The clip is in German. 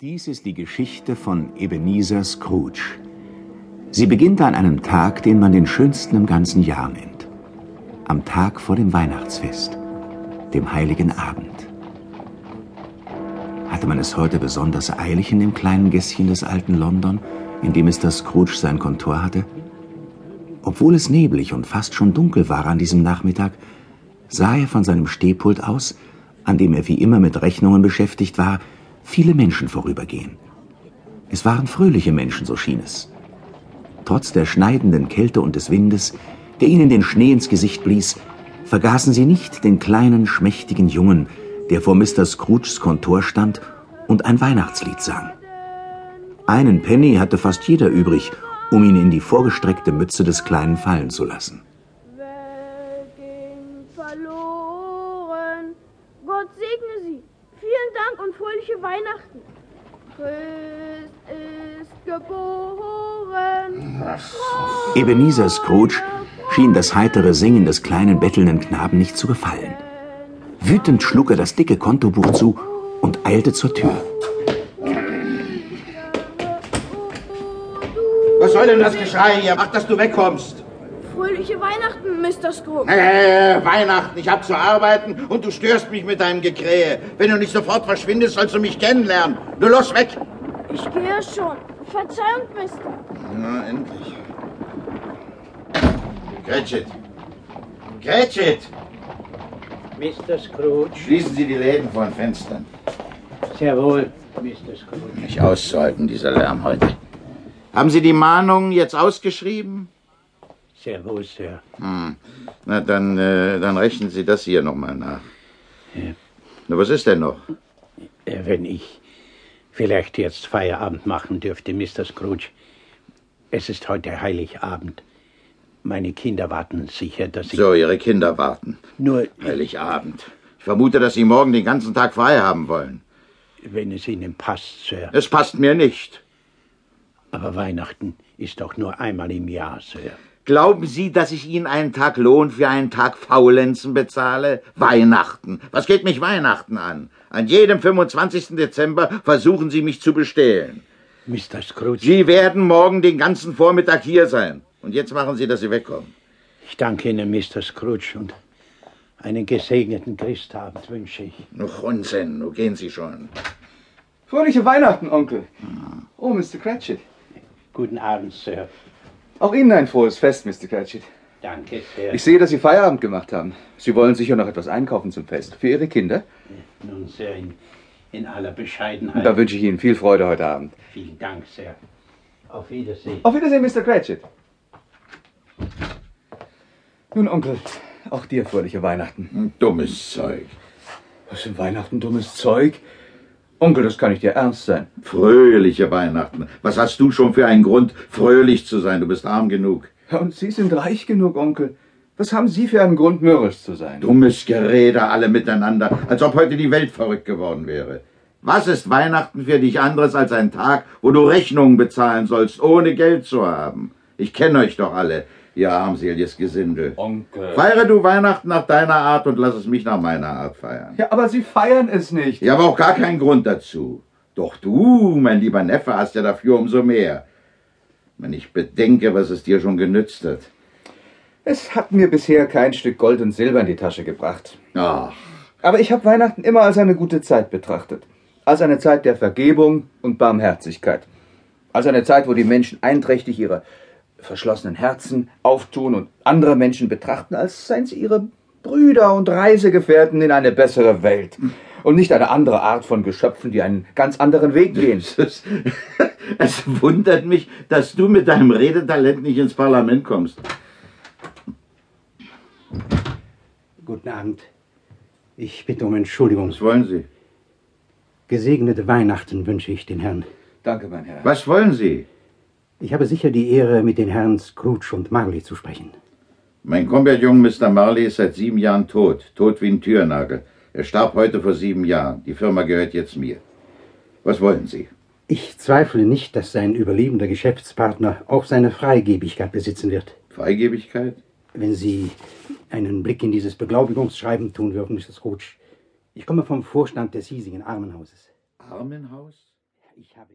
Dies ist die Geschichte von Ebenezer Scrooge. Sie beginnt an einem Tag, den man den schönsten im ganzen Jahr nennt. Am Tag vor dem Weihnachtsfest, dem heiligen Abend. Hatte man es heute besonders eilig in dem kleinen Gässchen des alten London, in dem Mr. Scrooge sein Kontor hatte? Obwohl es neblig und fast schon dunkel war an diesem Nachmittag, sah er von seinem Stehpult aus, an dem er wie immer mit Rechnungen beschäftigt war, viele Menschen vorübergehen. Es waren fröhliche Menschen, so schien es. Trotz der schneidenden Kälte und des Windes, der ihnen den Schnee ins Gesicht blies, vergaßen sie nicht den kleinen, schmächtigen Jungen, der vor Mr. Scrooges Kontor stand und ein Weihnachtslied sang. Einen Penny hatte fast jeder übrig, um ihn in die vorgestreckte Mütze des Kleinen fallen zu lassen. Welt ging verloren. Gott segne sie. Vielen Dank und fröhliche Weihnachten. Christ ist geboren. Ebenezer Scrooge schien das heitere Singen des kleinen bettelnden Knaben nicht zu gefallen. Wütend schlug er das dicke Kontobuch zu und eilte zur Tür. Was soll denn das Geschrei hier? Mach, dass du wegkommst. Fröhliche Weihnachten, Mr. Scrooge. Äh, Weihnachten, ich hab zu arbeiten und du störst mich mit deinem Gekrähe. Wenn du nicht sofort verschwindest, sollst du mich kennenlernen. Du los, weg! Ich gehe schon. Verzeihung, Mister. Na, endlich. Gretchen! Gretchen! Mr. Scrooge. Schließen Sie die Läden vor den Fenstern. Sehr wohl, Mr. Scrooge. Nicht auszuhalten, dieser Lärm heute. Haben Sie die Mahnung jetzt ausgeschrieben? Sehr wohl, Sir. Na, dann, äh, dann rechnen Sie das hier nochmal nach. Na, was ist denn noch? Äh, Wenn ich vielleicht jetzt Feierabend machen dürfte, Mr. Scrooge. Es ist heute Heiligabend. Meine Kinder warten sicher, dass ich So, Ihre Kinder warten. nur, äh, Heiligabend. Ich vermute, dass Sie morgen den ganzen Tag frei haben wollen. wenn es Ihnen passt, Sir. Es passt mir nicht. Aber Weihnachten ist doch nur einmal im Jahr, Sir. Glauben Sie, dass ich Ihnen einen Tag Lohn für einen Tag Faulenzen bezahle? Weihnachten. Was geht mich Weihnachten an? An jedem 25. Dezember versuchen Sie mich zu bestehlen. Mr. Scrooge, Sie werden morgen den ganzen Vormittag hier sein. Und jetzt machen Sie, dass Sie wegkommen. ich danke Ihnen, Mr. Scrooge, und einen gesegneten Christabend wünsche ich. Noch Unsinn, nun gehen Sie schon. Fröhliche Weihnachten, Onkel. Oh, Mr. Cratchit. Guten Abend, Sir. Auch Ihnen ein frohes Fest, Mr. Cratchit. Danke, Sir. Ich sehe, dass Sie Feierabend gemacht haben. Sie wollen sicher noch etwas einkaufen zum Fest. Für Ihre Kinder? Nun, Sir, in, in aller Bescheidenheit. Da wünsche ich Ihnen viel Freude heute Abend. Vielen Dank, Sir. Auf Wiedersehen. Auf Wiedersehen, Mr. Cratchit. Nun, Onkel, auch dir fröhliche Weihnachten. Dummes Zeug. Was für Weihnachten dummes Zeug? Onkel, das kann nicht dir ernst sein. Fröhliche Weihnachten. Was hast du schon für einen Grund, fröhlich zu sein? Du bist arm genug. Ja, und Sie sind reich genug, Onkel. Was haben Sie für einen Grund, mürrisch zu sein? Dummes Gerede alle miteinander, als ob heute die Welt verrückt geworden wäre. Was ist Weihnachten für dich anderes als ein Tag, wo du Rechnungen bezahlen sollst, ohne Geld zu haben? Ich kenne euch doch alle, ihr armseliges Gesindel. Onkel. Feiere du Weihnachten nach deiner Art und lass es mich nach meiner Art feiern. Ja, aber Sie feiern es nicht. Ich habe auch gar keinen Grund dazu. Doch du, mein lieber Neffe, hast ja dafür umso mehr. Wenn ich bedenke, was es dir schon genützt hat. Es hat mir bisher kein Stück Gold und Silber in die Tasche gebracht. Ach, Aber ich habe Weihnachten immer als eine gute Zeit betrachtet. Als eine Zeit der Vergebung und Barmherzigkeit. Als eine Zeit, wo die Menschen einträchtig ihre verschlossenen Herzen auftun und andere Menschen betrachten, als seien sie ihre Brüder und Reisegefährten in eine bessere Welt. Und nicht eine andere Art von Geschöpfen, die einen ganz anderen Weg gehen. Es, es wundert mich, dass du mit deinem Redetalent nicht ins Parlament kommst. Guten Abend. Ich bitte um Entschuldigung. Was wollen Sie? Gesegnete Weihnachten wünsche ich den Herrn. Danke, mein Herr. Was wollen Sie? Ich habe sicher die Ehre, mit den Herren Scrooge und Marley zu sprechen. Mein Kompagnon Mr. Marley ist seit sieben Jahren tot, tot wie ein Türnagel. Er starb heute vor sieben Jahren. Die Firma gehört jetzt mir. Was wollen Sie? Ich zweifle nicht, dass sein überlebender Geschäftspartner auch seine Freigebigkeit besitzen wird. Freigebigkeit? Wenn Sie einen Blick in dieses Beglaubigungsschreiben tun würden, Mr. Scrooge. Ich komme vom Vorstand des hiesigen Armenhauses. Armenhaus? ich habe